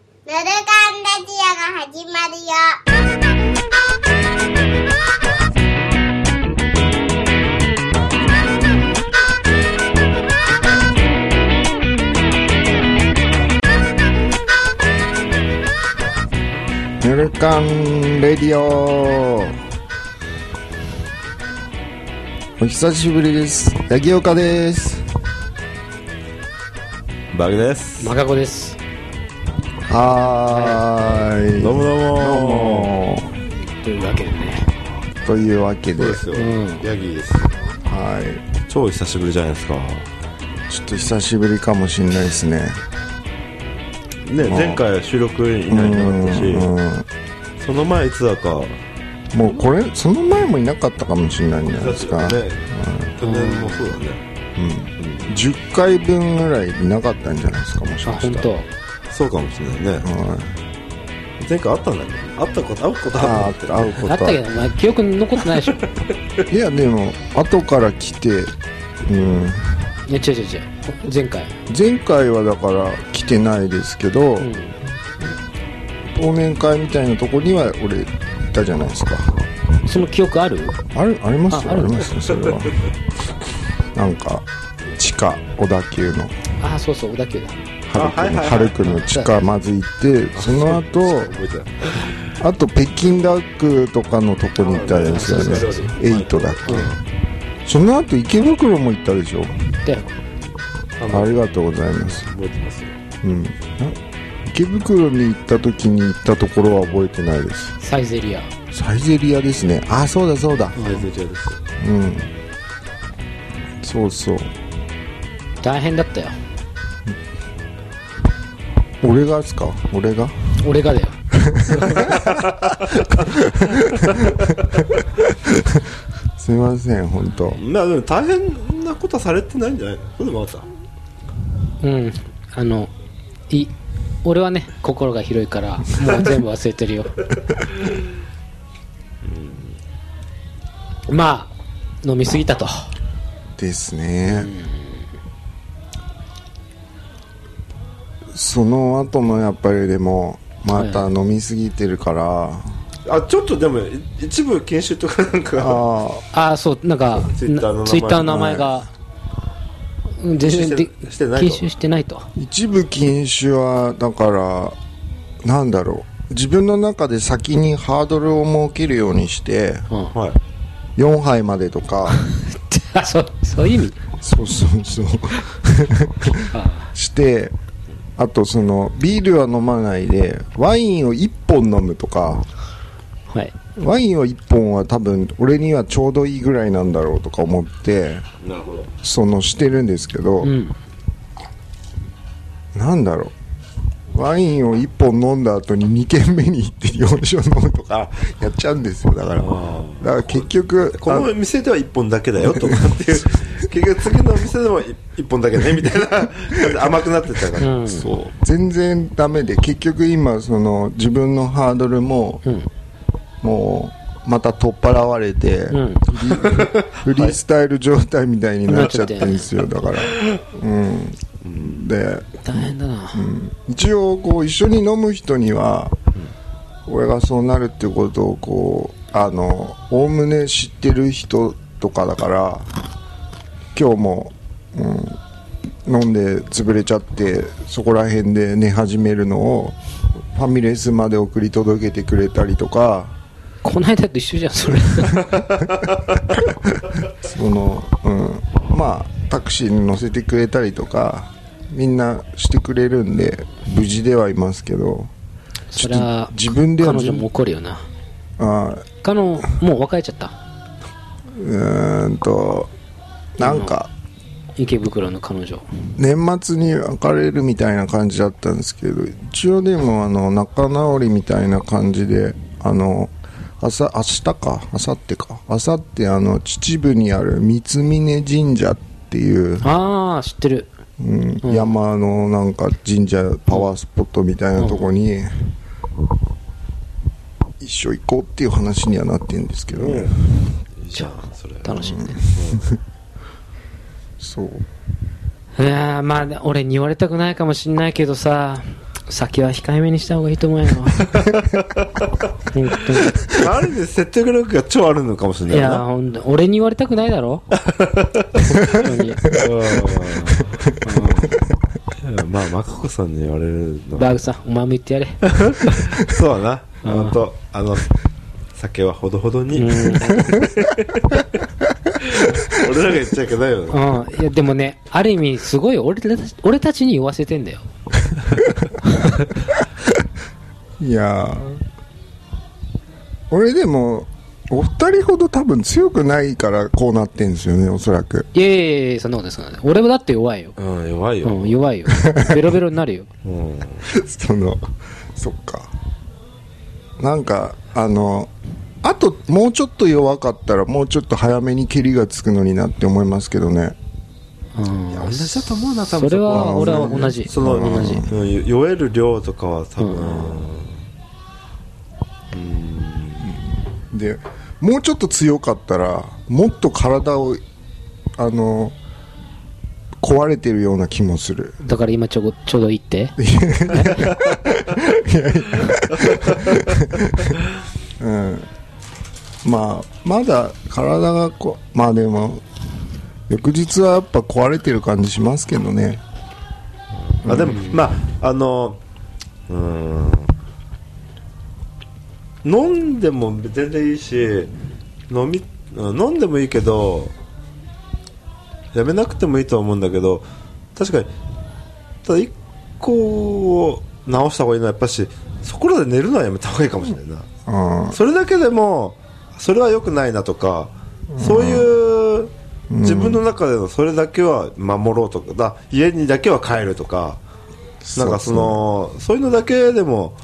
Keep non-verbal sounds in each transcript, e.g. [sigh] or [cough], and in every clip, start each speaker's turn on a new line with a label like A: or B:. A: ぬるかんラジオが始まるよ。
B: ぬるかんレディオお久しぶりです八木岡です
C: バグです。
D: マカゴです。
B: はーい
C: どうもどうも
B: どうも
D: というわけでね。
B: というわけで
C: そうですよ。ヤギです。
B: はい
C: 超久しぶりじゃないですか。ね、
B: ちょっと久しぶりかもしれないですね
C: 前回収録いないなかったし、その前いつだか、
B: もうこれその前もいなかったかもしれないんじゃない
C: だ
B: で
C: って
B: す
C: ね
B: か、
C: 去年もそうだね。
B: 10回分ぐらいいなかったんじゃないですかもし
D: あ、
B: かし
D: 本
B: たら
D: 当。
C: そうかもしれないね。前回あったんだっけあったこと、会うこと
B: あ
C: あ
B: あ
C: ったんだっ
B: 会うこ
D: あった
B: と
D: けど、まあ、記憶に残ってない
C: [laughs]
D: でしょ。
B: いやでも後から来てうん
D: いや、違う違う違う。前回。
B: 前回はだから来てないですけど、忘年会みたいなとこには俺行ったじゃないですか
D: その記憶ある
B: あれありますよ
D: あ
B: あ
D: ある
B: りますよそ
C: [laughs]
B: れはなんか地下小田急の
D: あ、そうそう、小田急だ。
B: 春
C: あは
B: く
C: い
B: んの
C: はいはい
B: 春くんの地下まず行ってその後
C: け覚えて
B: あと北京ダックとかのとこに行ったんですよね
C: そうそうそう
B: エイトだっけ、その後池袋も行ったでしょ
D: で、
C: ない
B: ありがとうございます
C: 覚えてますよ。
B: うんな池袋に行った時に行ったところは覚えてないです
D: サイゼリア。
B: サイゼリアですねあそうだそうだ
C: サイゼリアですよ。
B: うんそうそう
D: 大変だったよ。
B: 俺がですか俺が
D: 俺がだよ。
B: すいません本当
C: まあでも大変なことはされてないんじゃないのそうでもあった。
D: うん。あの、い、俺はね、心が広いから、もう全部忘れ
C: [laughs]
D: てるよ。まあ、飲みすぎたと。
B: ですねその後のやっぱりでもまた飲みすぎてるから、
C: あ、ちょっとでも、い一部研修とかなんか、
B: あ
D: あ、そう、なんか、な
C: ツ
D: ツイ
C: イ
D: ッ
C: ッターの名
D: ターの
C: 前
D: 名前が、うん全然で
C: 禁止してしてないと
D: 禁止してないと。
B: ー一部禁酒はだからなんだろう自分の中で先にハードルを設けるようにして
D: うん。
C: はい。
B: 4杯までとか
D: あ [laughs] そうそういう意味
B: そうそうそうしてあとそのビールは飲まないでワインを1本飲むとか
D: はい
B: ワインを1本は多分俺にはちょうどいいぐらいなんだろうとか思って
C: なるほど。
B: そのしてるんですけど、
D: うん
B: なんだろうワインを1本飲んだ後に2軒目に行って日本酒を飲むとかやっちゃうんですよだからだから結局
C: この店では1本だけだよとかっていう結局次の店でも1本だけねみたいな甘くなってたから、
D: うん
C: そう
B: 全然ダメで結局今その自分のハードルも、
D: うん
B: もうまた取っ払われて、
D: うん
B: フリー [laughs] フリースタイル状態みたいになっちゃってるんですよだからうんで
D: 大変だな、
B: 一応こう一緒に飲む人には、俺がそうなるっていうことをこうあのおおむね知ってる人とかだから今日も、うん、飲んで潰れちゃってそこら辺で寝始めるのをファミレスまで送り届けてくれたりとか
D: こないだと一緒じゃんそれ
B: [laughs] その、うん、まあタクシーに乗せてくれたりとかみんなしてくれるんで無事ではいますけど。
D: それは
B: ちょっと自分では
D: 彼女も怒るよな
B: あ
D: 彼女もう別れちゃった
B: うーんとなんか
D: 池袋の彼女
B: 年末に別れるみたいな感じだったんですけど一応でもあの仲直りみたいな感じであの朝明日か明後日か明後日あの秩父にある三峯神社っていう、
D: ああ知ってる
B: うん山のなんか神社パワースポットみたいなとこに、一緒行こうっていう話にはなってるんですけど、ね
C: いいじゃんそれ
D: 楽しみね、
B: そう
D: いやーまあ俺に言われたくないかもしんないけどさ酒は控えめにした方がいいと思うよ本
C: ある意味説得力が超あるのかもし
D: 当
C: れ
D: にい
C: ない
D: や
C: な。
D: ほんと俺に言われたくないだろ本当に
C: うんうんまあ、マカコさんに言われるの
D: バ
C: は。
D: ーグさんお前も言ってやれ
C: そうだな。
D: うん
C: 本当あの、酒はほどほどに。
D: うん、う
C: [laughs] 俺
D: ん、い
C: らが言っちゃいけないよな。
D: やでもねある意味すごい俺たち俺たちに言わせてんだよ
B: いやー俺でもお二人ほど多分強くないからこうなってんですよねおそらく [laughs]
D: いやいやいやいやそんなことないそんなことない俺もだって弱いよ、
C: うん、弱いうよ。
D: ん、弱いよベロベロになるよ
C: うん。
B: そのそっかなんかあのあともうちょっと弱かったらもうちょっと早めに蹴りがつくのになって思いますけどね
D: うん
C: いや同じだと思うな、多分。
D: それは
B: こ
D: 俺
B: は
D: は同じ
C: その、
D: 同じ
C: うん酔える量とかは多分、
B: でもうちょっと強かったらもっと体をあの壊れてるような気もする
D: だから今ちょこちょうどいいって
B: [laughs] うんまあまだ体がこまあでも翌日はやっぱ壊れてる感じしますけどね
C: あでも、まああのうん飲んでも全然いいし飲みうん飲んでもいいけどやめなくてもいいとは思うんだけど確かにただ一個を直した方がいいのはやっぱしそこらで寝るのはやめた方がいいかもしれないな。
B: うん
C: それだけでもそれは良くないなとか、そういう自分の中でのそれだけは守ろうとかだ家にだけは帰るとかなんかそのそういうのだけでも、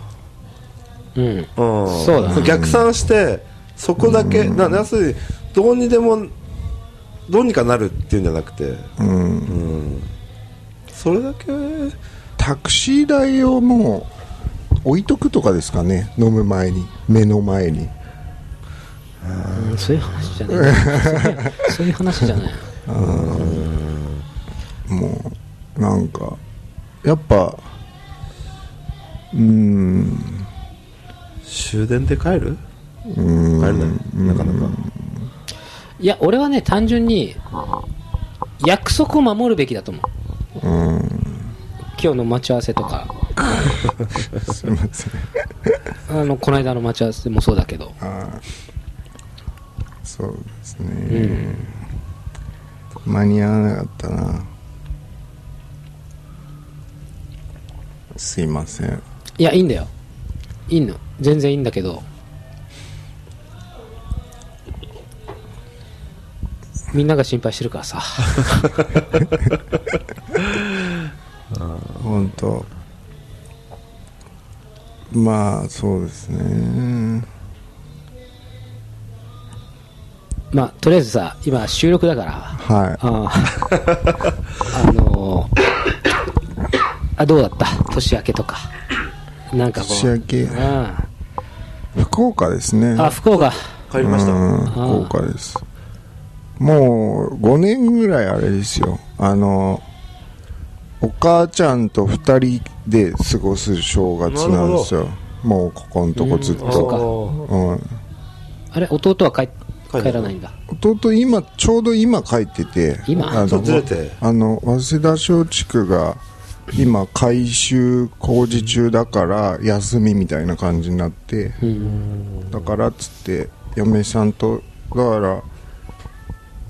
D: うん
C: うん、
D: そうだね
C: 逆算してそこだけ、な要するにどうにでもどうにかなるっていうんじゃなくて
B: そううん
C: それだけ
B: タクシー代をもう置いとくとかですかね飲む前に目の前に
D: うんそういう話じ
C: [laughs]
D: ゃないそういう話じゃない
B: もうなんかやっぱうん
C: 終電で帰る帰れないなかなか
D: いや俺はね単純に約束を守るべきだと思う今日の待ち合わせとか
B: すいません
D: あのこの間の待ち合わせもそうだけど
B: あーそうです
D: う
B: ね、
D: ん
B: 間に合わなかったなすいません
D: いやいいんだよいいの全然いいんだけどみんなが心配してるか
B: [laughs]
D: らさ
B: 本当まあそうですね
D: まあとりあえずさ今収録だから
B: はい [laughs]
D: あああのーあどうだった年明けとかなんかこう
B: 年明け
D: あ
B: 福岡ですね
D: あ福岡
C: 帰りました、
B: うん福岡ですもう5年ぐらいあれですよあのお母ちゃんと2人で過ごす正月なんですよもうここのとこずっ
C: あ
D: そうか
B: と、
C: ー
B: うん、
D: あれ弟は帰
C: 帰らない
D: 帰らないんだ
B: 弟今ちょうど今帰ってて
D: 今
B: あ
C: ちょっとず
B: の
C: れて
B: あの早稲田松竹が今改修工事中だから休みみたいな感じになって
D: うん
B: だからっつって嫁さんとだから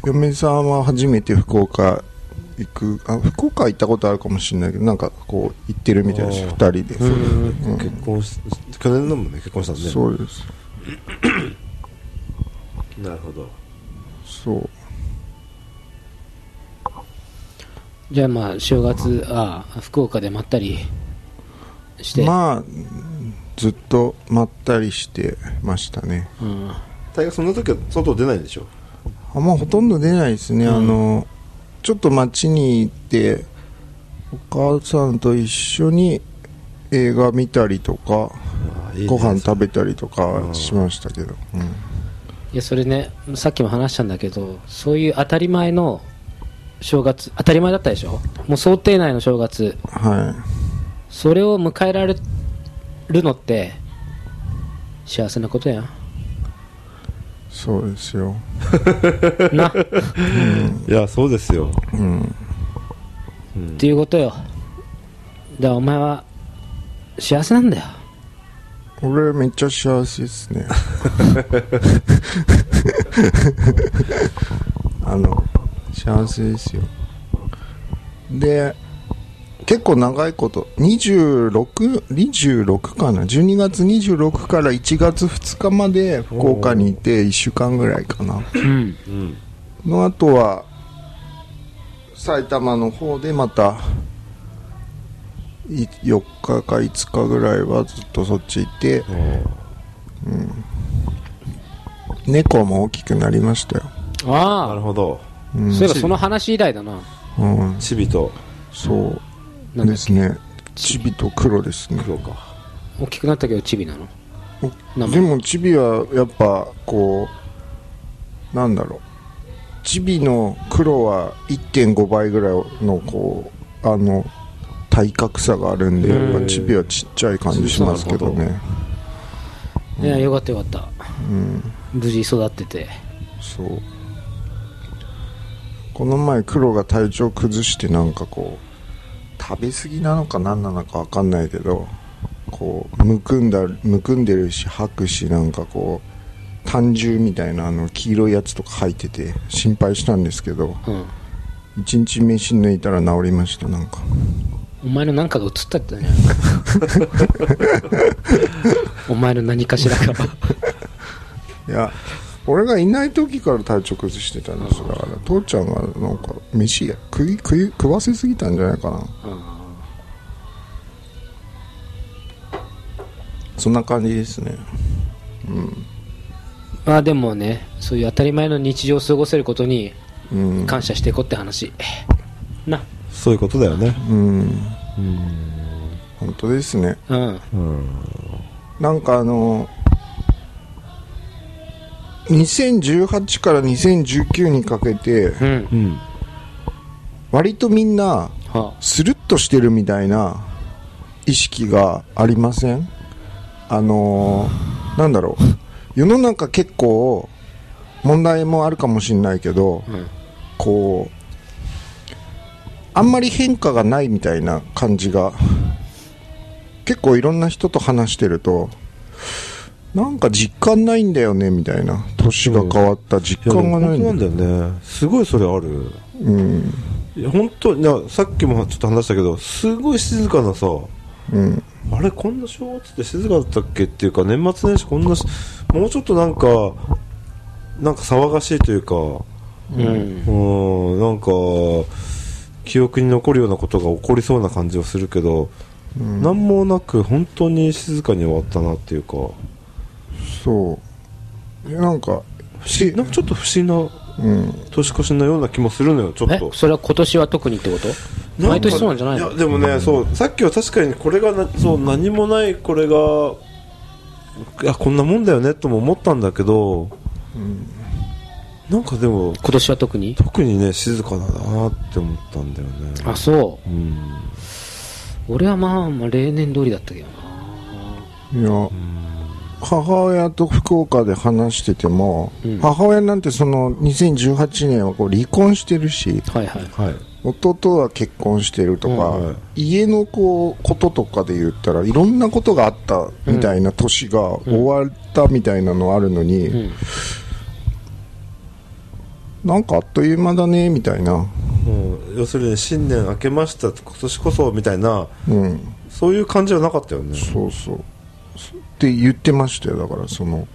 B: 嫁さんは初めて福岡行くあ福岡行ったことあるかもしれないけどなんかこう行ってるみたいです
C: あ
B: 2
C: ー
B: 人でうん
C: 結婚し去年のもね結婚したんで
B: そうです
C: なるほど
B: そう
D: じゃあまあ正月ああ福岡でまったりして、
B: まあずっとまったりしてましたね
D: うん、あ
C: 大概そんな時は外出ないんでしょ
B: あもうほとんど出ないですね、あのちょっと街に行ってお母さんと一緒に映画見たりとか
C: ああいいね
B: ご飯食べたりとかしましたけど、うん
D: いやそれねさっきも話したんだけどそういう当たり前の正月当たり前だったでしょもう想定内の正月
B: は
D: それを迎えられるのって幸せなことやん
B: [laughs] そうですよ
D: なっ
C: いやそうですよ
B: うん
D: ていうことよだからお前は幸せなんだよ
B: 俺めっちゃ幸せですね [laughs] あの幸せですよで結構長いこと2626 26かな12月26から1月2日まで福岡にいて1週間ぐらいかな
D: うん
C: うん
B: のあとは埼玉の方でまたい4日か5日ぐらいはずっとそっち行って猫も大きくなりましたよ、
D: あ
C: なる
D: あ
C: ほど
B: うん、
D: そういえばその話以来だな
B: うん、
C: チビと
B: そ
D: な
B: うん
D: だ
B: で
D: っけ
B: すねチビと黒ですね
C: 黒か
D: 大きくなったけどチビなの名
B: で
D: 前
B: もチビはやっぱこうなんだろうチビの黒は1.5倍ぐらいのこうあの体格差があるんでやっぱチビはちっちゃい感じしますけどね
D: いやよかったよかった
B: うん
D: 無事育ってて
B: そうこの前黒が体調崩してなんかこう食べ過ぎなのか何なのか分かんないけどこうむくんだむくんでるし吐くしなんかこう胆汁みたいなあの黄色いやつとか吐いてて心配したんですけど
D: うん
B: 1日飯抜いたら治りましたなんか
D: お前の何かが映ったってたねお前の何かしらが [laughs]
B: いや俺がいない時から体調崩してたんですよだから父ちゃんがなんか飯や食い食い食わせすぎたんじゃないかなそんな感じですね
D: まあでもねそういう当たり前の日常を過ごせることに
B: うん
D: 感謝していこうって話な
C: そういうことだよね
B: うん本当ですね
D: うん
B: なんかあの2018から2019にかけて
D: うん
C: うん
B: 割とみんな
D: は
B: スルッとしてるみたいな意識がありませんあのーなんだろう世の中結構問題もあるかもしれないけど
D: あ、うん
B: こうあんまり変化がないみたいな感じが結構いろんな人と話してるとなんか実感ないんだよねみたいな年が変わった実
C: いやで
B: 感
C: も
B: がない
C: 本当なん
B: んだ
C: だよねすごいそれある
B: うん
C: いや本当になさっきもちょっと話したけどすごい静かなさ
B: うん
C: あれこんな正月って静かだったっけっていうか年末年始こんなしもうちょっとなんかなんか騒がしいというか
D: うん
C: うんなんか記憶に残るようなことが起こりそうな感じはするけど、何もなく本当に静かに終わったなっていうか
B: そういやなんかし
C: なんかちょっと不思議な
B: うん
C: 年越しのような気もするのよちょっ
D: え
C: と
D: それは今年は特にってこと毎年そうなんじゃないの
C: やでもね、そうさっきは確かにこれがなそう何もないこれがあこんなもんだよねとも思ったんだけど、なんかでも
D: 今年は特に
C: 特にね静かだなって思ったんだよね
D: あそ
C: うん
D: う俺はまあまあ例年通りだったけどない
B: や、母親と福岡で話してても、
D: うん
B: 母親なんてその2018年はこう離婚してるし
D: はいはい
C: はい
B: 弟は結婚してるとか、
C: うんうん
B: 家のこうこととかで言ったらいろんなことがあったみたいな年が終わったみたいなのあるのに、
D: うん
B: なんかあっという間だねみたいな、
C: もう要するに新年明けました今年こそみたいな
B: うん、
C: そういう感じはなかったよね
B: そうそうって言ってましたよだからその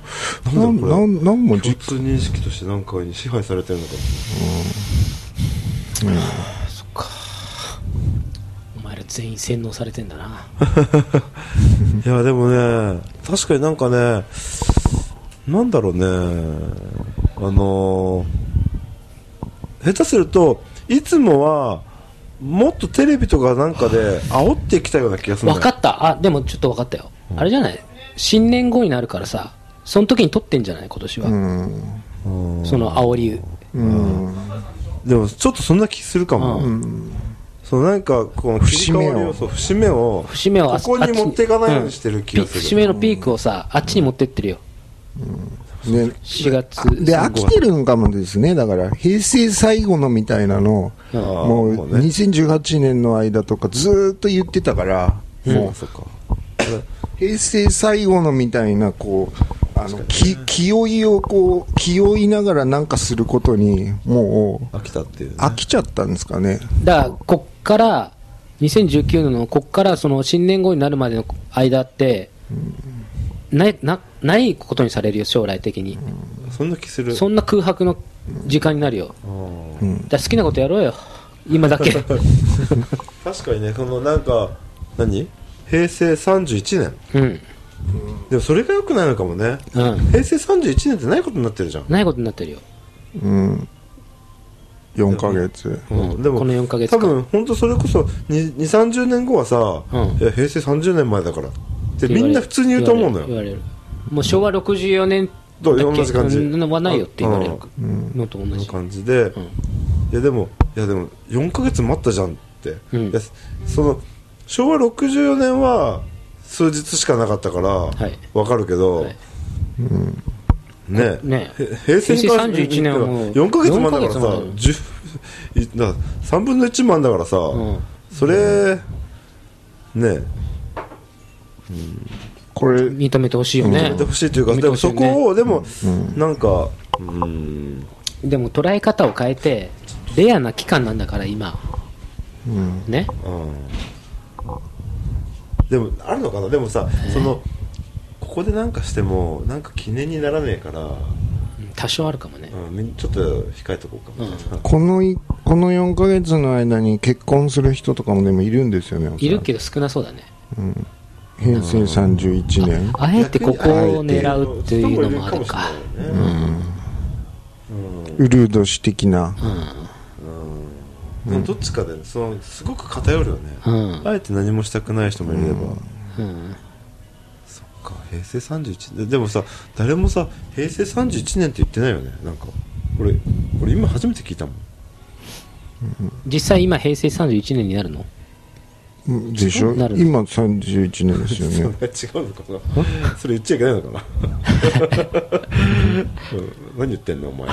B: な
C: なん
B: ん
C: だこれ
B: なんなんも
C: 共
B: じ
C: 通認識としてなんかに支配されてるのか
D: お前ら全員洗脳されてんだない
C: やでも [laughs] ね確かになんかねなんだろうねあのー下手するといつもはもっとテレビとかなんかで煽ってきたような気がするの
D: 分
C: よ
D: かったあでもちょっと分かったよ、あれじゃない新年後になるからさその時に撮ってんじゃない今年は、
B: うん
D: その煽り
B: うん
C: でもちょっとそんな気するかも、
D: う
C: そのなんかこの切り替わりをそう節目を
D: 節目をあ
C: ここに持っていかないようにしてる気がす
D: ピ
C: る
D: 節目のピークをさ、あっちに持ってってるよ
B: ね
D: 4月
B: あで飽きてるのかもですねだから平成最後のみたいなの
D: あー
B: もう
C: もうね
B: 2018年の間とかずーっと言ってたから、も
C: も
B: う
C: うそっか
B: 平成最後のみたいなこうあのき気負いをこう気負いながらなんかすることにもう
C: 飽きたっていうね
B: 飽きちゃったんですかね
D: だからこっから2019年のこっからその新年後になるまでの間って、ないなないことにされるよ将来的に、
C: そんな気する
D: そんな空白の時間になるよ、
C: あー
D: だから好きなことやろうよ今
C: [laughs]
D: だけ
C: 確かにねそのなんか何平成31年
D: うん
C: でもそれが良くないのかもね
D: うん
C: 平成31年ってないことになってるじゃん、
D: ないことになってるよ
B: うん4ヶ月
C: うんでも
D: この4ヶ月
C: 多
D: 間
C: 分本当それこそ2 3 0年後はさ、
D: うん
C: いや平成30年前だからってみんな普通に言うと思うの
D: 言
C: よ
D: われる言われるもう昭和64年
C: どう
D: だっけ
C: 同じ感じ
D: うんなはないよって言われる
B: うん
D: のと同
C: この
D: じ
C: 感じで、
D: ん
C: いやでもいやでも4ヶ月待ったじゃんって、
D: うん
C: いやその昭和64年は数日しかなかったから、
D: い
C: わかるけど、
D: はい
C: ね
D: ね
C: へ平成に関して
D: 平成31年はもう
C: 4ヶ月前だからさ
D: 4ヶ月前だよ
C: 10いな3分の1万だからさ、
D: うん
C: それ、ね
B: これ
D: 認めてほしいよ
C: や
D: ね
C: めてほしいというか、
D: 認めて
C: で
D: ほ
C: も
D: しい
C: そ
D: よね
C: こをでも、なんかうん
D: でも捉え方を変えてレアな期間なんだから今
B: うん
D: ね
C: でもあるのかなでもさそのここでなんかしてもなんか記念にならねえから、
D: うん多少あるかもね
C: うんみん、ちょっと控えとこうかみたいな、
B: このいこの4ヶ月の間に結婚する人とかもでもいるんですよね
D: いるけど少なそうだね
B: 平成31年
D: あえてここを狙うっていうのもあるか
C: うん人もいるかもしれないよね
B: うるう年的な
C: でもどっちかでそのすごく偏るよね、
D: うん
C: あえて何もしたくない人もいれば、
D: うん
C: そっか平成31ででもさ誰もさ平成31年って言ってないよねなんか俺俺今初めて聞いたもん
D: 実際今平成31年になるの
B: うんでしょ
D: なる
B: 今31年ですよ
C: そ
B: ね
C: れ違うのかなそれ言っちゃいけないのかな、 [laughs] うん何言ってんのお前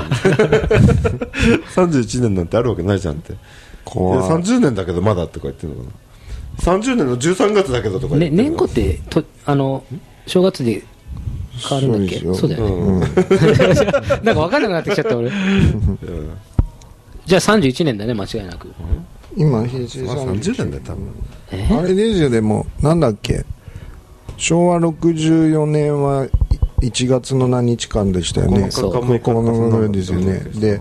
C: [laughs] 31年なんてあるわけないじゃんっていや
B: 怖い
C: 30年だけどまだとか言ってんのかな30年の13月だけどとか言
D: ね
C: ってんのか
D: 年
C: な
D: 後ってとあの正月で変わるんだっけ
B: そうですよ
D: そうだよね、
C: うん
D: [laughs] なんか分かんなくなってきちゃった俺
C: うん
D: じゃあ31年だね間違いなく
B: 今平成
C: まあ
B: 31
C: 30年だよ多分
D: え
B: あれですよでもなんだっけ昭和64年はい1月の何日間でしたよね
D: そう
B: 9日の日ですよねで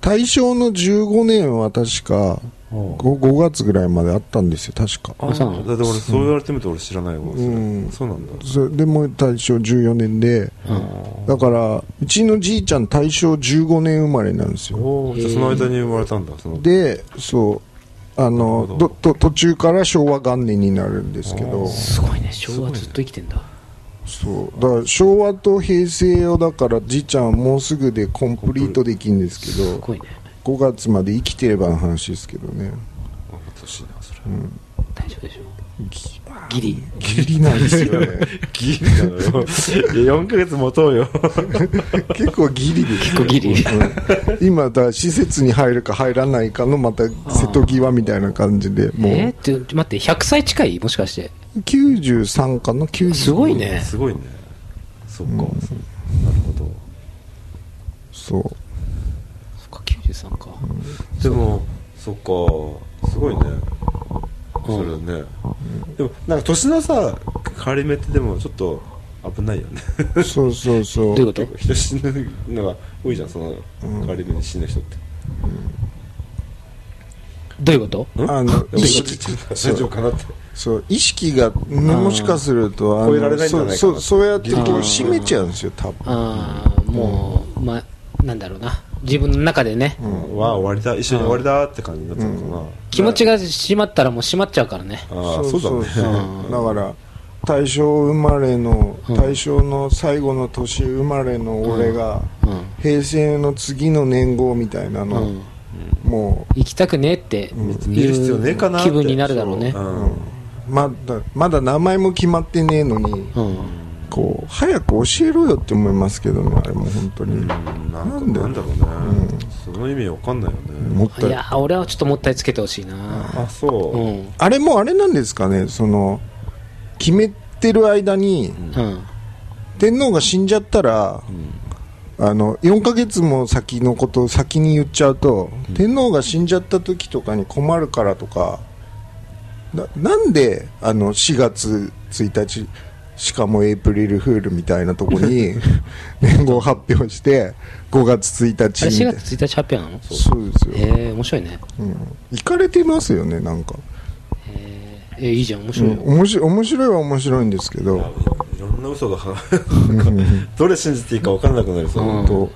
B: 大正の15年は確か 5, 月ぐらいまであったんですよ確か
C: あ
D: そ
C: そうう
D: なの
C: だって俺そう言われてみて俺知らないわそれ
B: うん
C: そうなんだ
B: それでもう大正14年で、だからうちのじいちゃん大正15年生まれなんですよ
C: おーじゃあその間に生まれたんだその
B: でそうあの
C: なるほ
B: ど
C: ど
B: と途中から昭和元年になるんですけど
D: すごいね昭和ずっと生きてんだ
B: そうだから昭和と平成をだからじいちゃんはもうすぐでコンプリートできるんですけ
D: す
B: ど
D: ごいね
B: 5月まで生きてればの話ですけどね
C: あ年いなそれ [laughs]
D: 大丈夫でしょ
B: ギ
D: ギリ
B: ギリなんです
D: [laughs]
B: よね
C: ギリなのよいや4ヶ月持とうよ
B: 結構ギリです
D: 結構ギリ
B: うん今だから施設に入るか入らないかのまた瀬戸際みたいな感じでも
D: えー
B: う
D: って待って100歳近いもしかして
B: 93かな90
D: すごいね
C: すごいねそっか、そうなるほど
B: そう
D: そっか93か
C: でもそっかすごいねそれね、でもなんか年のさ変わり目ってでもちょっと危ないよね
B: そうそうそ
D: ど
B: う
D: ういうこと
C: 結構 [laughs] 人死ぬのが多いじゃんその変わり目で死ぬ人って、
D: どういうこと
C: ん
B: あの
C: [laughs] でもちょっとちょっと大丈夫かなって
B: そう意識がねもしかするとあの
C: 超えられないんじゃないかな
B: そうそうそうやってこう
D: あー
B: 締めちゃうんですよ多分
D: ああもうまあなんだろうな自分の中でね
C: わあ終わりだ一緒に終わりだって感じになったのかな、
D: 気持ちが締まったらもう締まっちゃうからね
C: ああそうだね
B: そう [laughs] だから大正生まれの大正の最後の年生まれの俺が
D: うん
B: 平成の次の年号みたいなの
D: うん
B: も、
D: 行きたくねえって
C: 見る必要ねえかなって
D: 気分になるだろうね
C: そうん
B: うん、まだまだ名前も決まってねえのに
D: うん
B: こう早く教えろよって思いますけどねあれも本当に、
C: うんなんか
B: なんで
C: なんだろうね、その意味わかんないよね、
B: もっ
D: い
B: たい
D: やー俺はちょっともったいつけてほしいな
C: あそう、
D: うんう
C: うん
D: ん
B: あれもあれなんですかねその決めてる間に天皇が死んじゃったら、あの4ヶ月も先のことを先に言っちゃうと、天皇が死んじゃった時とかに困るからとかななんであの4月1日しかもエイプリルフールみたいなとこに年号発表して5月1
D: あ
B: 日みた
D: れ4
B: いな
D: 月1日発表なの
B: そうですよ、
D: えー、面白いね
B: うん、行かれてますよねなんか、
D: えー、いいじゃん面
B: う
D: 白い
B: ん、
D: よ、
B: 面白い面白いは面白いんですけど
C: いろんな嘘が [laughs] なんかどれ信じていいかわかんなくなりそう、
D: うん
B: と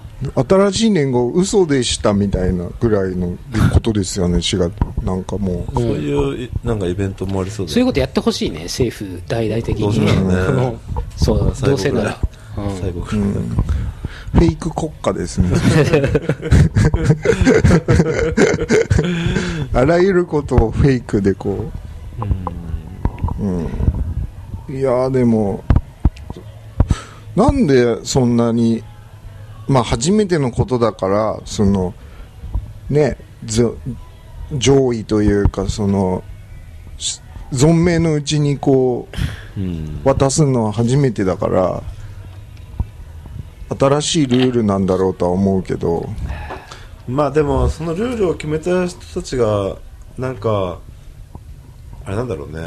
B: 新しい年号嘘でしたみたいなぐらいのことですよね4月なんかも
C: そういういなんかイベントもありそうだ
D: そうい
C: よ
D: うことやってほしいね政府大々的
C: どうせ
D: に
C: ならね
D: うんそう
C: 最
D: ど
C: 後
D: うせ
C: ぐ
D: な
C: らい
D: ら、うん
C: 最後くらい、
B: うフェイク国家です [laughs] ねあらゆることをフェイクでこううんいやーでもなんでそんなにまあ初めてのことだからそのねぞ上位というかそのし存命のうちにこう
C: うん
B: 渡すのは初めてだから新しいルールなんだろうとは思うけど
C: まあでもそのルールを決めた人たちがなんかあれなんだろうね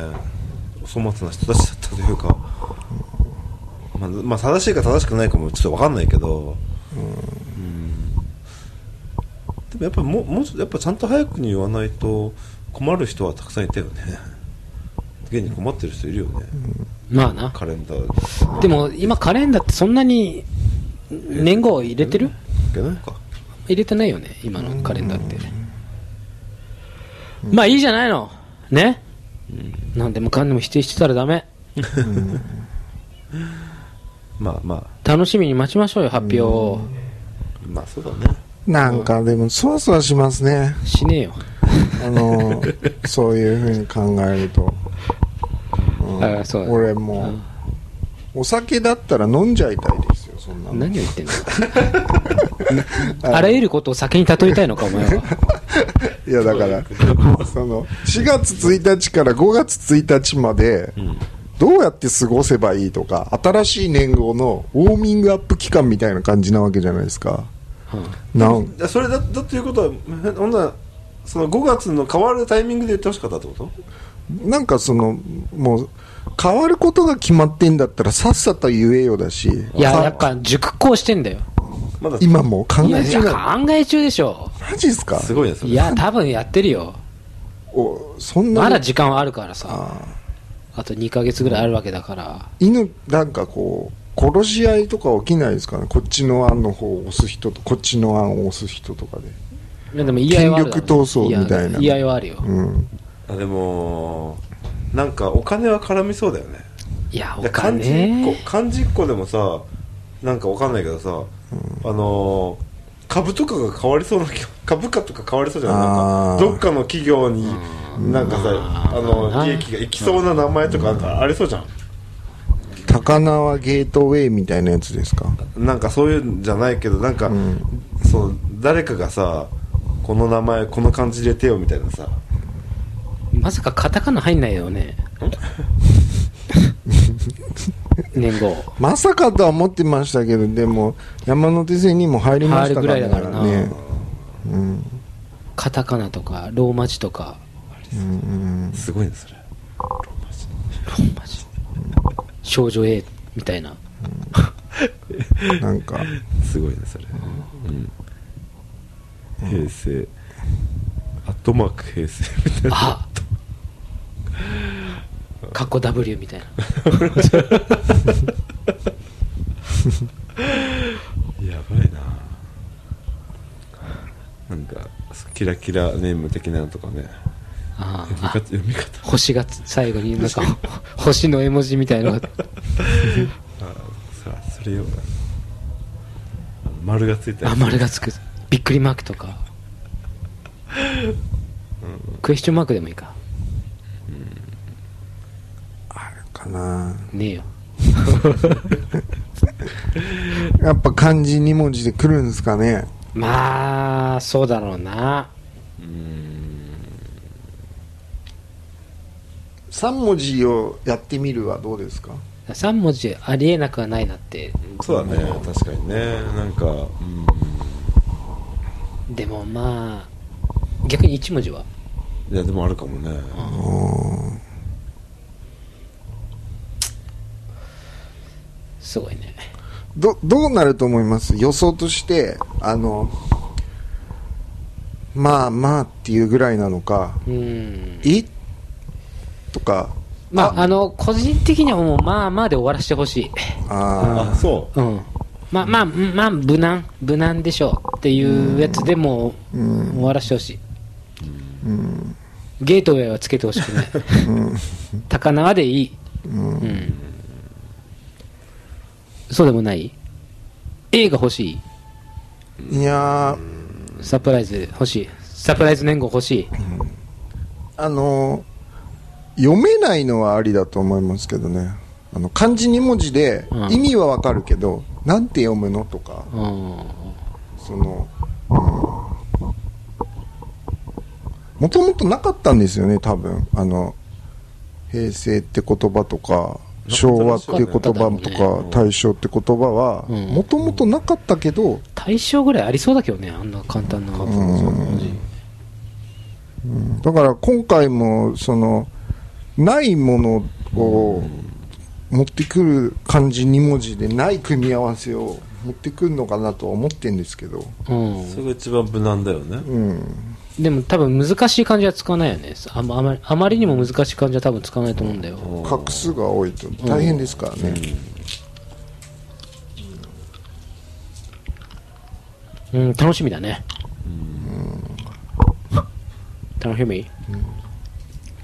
C: お粗末な人たちだったというか、まあ、まあ正しいか正しくないかもちょっとわかんないけど、うんでもやっぱもうもうちょっとやっぱちゃんと早くに言わないと困る人はたくさんいたよね現に困ってる人いるよね、
D: まあな
C: カレンダー
D: でも今カレンダーってそんなに年号入れてる
C: いけないか
D: 入れてないよね今のカレンダーってまあいいじゃないのねなんでもかんでも否定してたらダメ
C: まあま
D: 楽しみに待ちましょうよ発表を
C: あまあそうだね
B: なんかでもそわそわしますね
D: しねえよ
B: あ [laughs] のそういうふうに考えると、うん
D: あそうだね
B: 俺もうお酒だったら飲んじゃいたいですよそんなの
D: 何を
B: [laughs]
D: 言ってんのあらゆることを酒に例えたいのかお前はい
B: やだから
D: [laughs]
B: その4月1日から5月1日まで、どうやって過ごせばいいとか新しい年号のウォーミングアップ期間みたいな感じなわけじゃないですかなん
C: いやそれだだということはえほんならその5月の変わるタイミングで言ってほしかったってこと
B: なんかそのもう変わることが決まってんだったらさっさと言えよだし
D: いや
B: さ
D: やっぱ熟考してんだよ
C: まだ
B: 今もう考
D: いや
B: え
D: い
B: 中
D: や
B: な
D: 考え中でしょ
B: のマジですか
C: すごいねそれ
D: いや多分やってるよ
B: おそんな
D: ま
B: に
D: だ時間はあるからさ
B: あ
D: あと2ヶ月ぐらいあるわけだから
B: 犬なんかこう殺し合いとか起きないですかねこっちの案の方を押す人とこっちの案を押す人とかで
D: いやでも言い合いはあるだろ
B: 権
D: うね
B: 力闘争みたいな
D: 言い合いはあるよ
B: うん
C: あでもなんかお金は絡みそうだよね
D: いやお
C: で漢字1
D: 金
C: 個漢字一個でもさなんかわかんないけどさ、あのー株とかが変わりそうな気株価とか変わりそうじゃないなん
B: あー
C: かどっかの企業になんかさあ
D: まあ
C: の利益がいきそうな名前とかなんかありそうじゃん
B: 高輪ゲートウェイみたいなやつですか
C: なんかそういうんじゃないけどなんか、
B: ん
C: そう誰かがさこの名前この漢字入れてよみたいなさ
D: まさかカタカナ入んないよね年号
B: まさかとは思ってましたけどでも山手線にも入りましたから
D: 入るぐらいだからな
B: ねうん
D: カタカナとかローマ字とか
B: うん
C: すごいねそれ
D: ローマ字少女 A みたいな
B: うんなんか
C: すごいねそれ、うん平成アットマーク平成みたいな
D: あカッコ W みたいな
C: やばいななんかキラキラネーム的なのとかね
D: あ
C: 読み
D: あ
C: 方読み方
D: 星が最後になんか星の絵文字みたいなの
C: さ
D: が
C: それよ丸がついたや
D: あ
C: つ
D: 丸がつくびっくりマークとかクエスチョンマークでもいいか
B: あるかな
D: ねえよ
B: やっぱ漢字2文字で来るんですかね
D: まあそうだろうな
B: 3文字をやってみるはどうですか
D: 3文字ありえなくはないなって
C: そうだね確かにねなんかうん
D: でもまあ逆に1文字はい
C: やでもあるかもね
D: すごいね
B: どどうなると思います予想としてあのまあまあっていうぐらいなのか
D: うん
B: いとか
D: まああの個人的にはもうまあまあで終わらせてほしい
B: あ
C: あそ
D: うんまあまあうんまあ無難無難でしょうっていうやつでもう終わらせてほしいゲートウェイはつけてほしくない高輪でいいうんそうでもない A が欲しい
B: あいやー
D: サプライズ欲しいサプライズ年号欲しい
B: あの読めないのはありだと思いますけどねあの漢字2文字で
D: うん
B: 意味はわかるけど、なんて読むのとか
D: うん
B: そのもともとなかったんですよね多分あの平成って言葉とか昭和っていう言葉とか、大正って言葉は
D: うん
B: もともとなかったけど、
D: 大正ぐらいありそうだけどねあんな簡単な文字
B: だから今回もそのないものを持ってくる漢字2文字でない組み合わせを持ってくるのかなとは思ってんですけど、
D: うん
C: うそれが一番無難だよね
B: うん、
D: でも多分難しい漢字は使わないよねあんまあまりあまりにも難しい漢字は多分使わないと思うんだよ
B: 画数が多いと大変ですからね、
D: うん楽しみだね楽しみ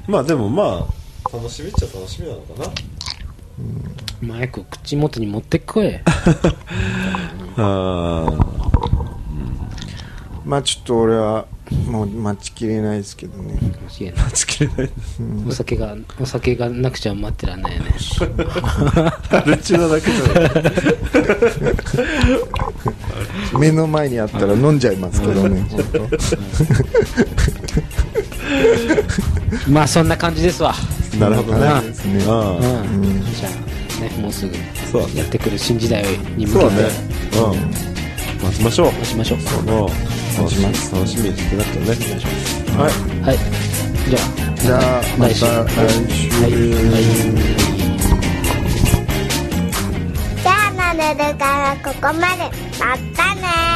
C: まあでもまあ楽しみっちゃ楽しみなのか
D: マイクを口元に持ってこい
C: なあ
B: まあちょっと俺はもう待ちきれないですけどね
D: 面白いな
C: つけれない
D: お酒がお酒がなくちゃ待ってらんないよね
C: アルチュラだけじゃない
B: 目の前にあったら飲んじゃいますけどね本
D: まあそんな感じですわ
C: なるほどね
B: 当ですね
C: ああ
D: うんじゃあねもうすぐ
C: そうだね
D: やってくる新時代に向け
C: そう
D: て
C: だねうん待ちましょう
D: どうしましょう
C: うん楽
B: 待
C: し
B: ち
C: み
B: ま
C: 楽
B: す
C: しみにしてなくてね
B: はい
D: はいじゃあ
B: じゃあまた来週、
D: 哎
A: じゃあのルルカはここまで。まったね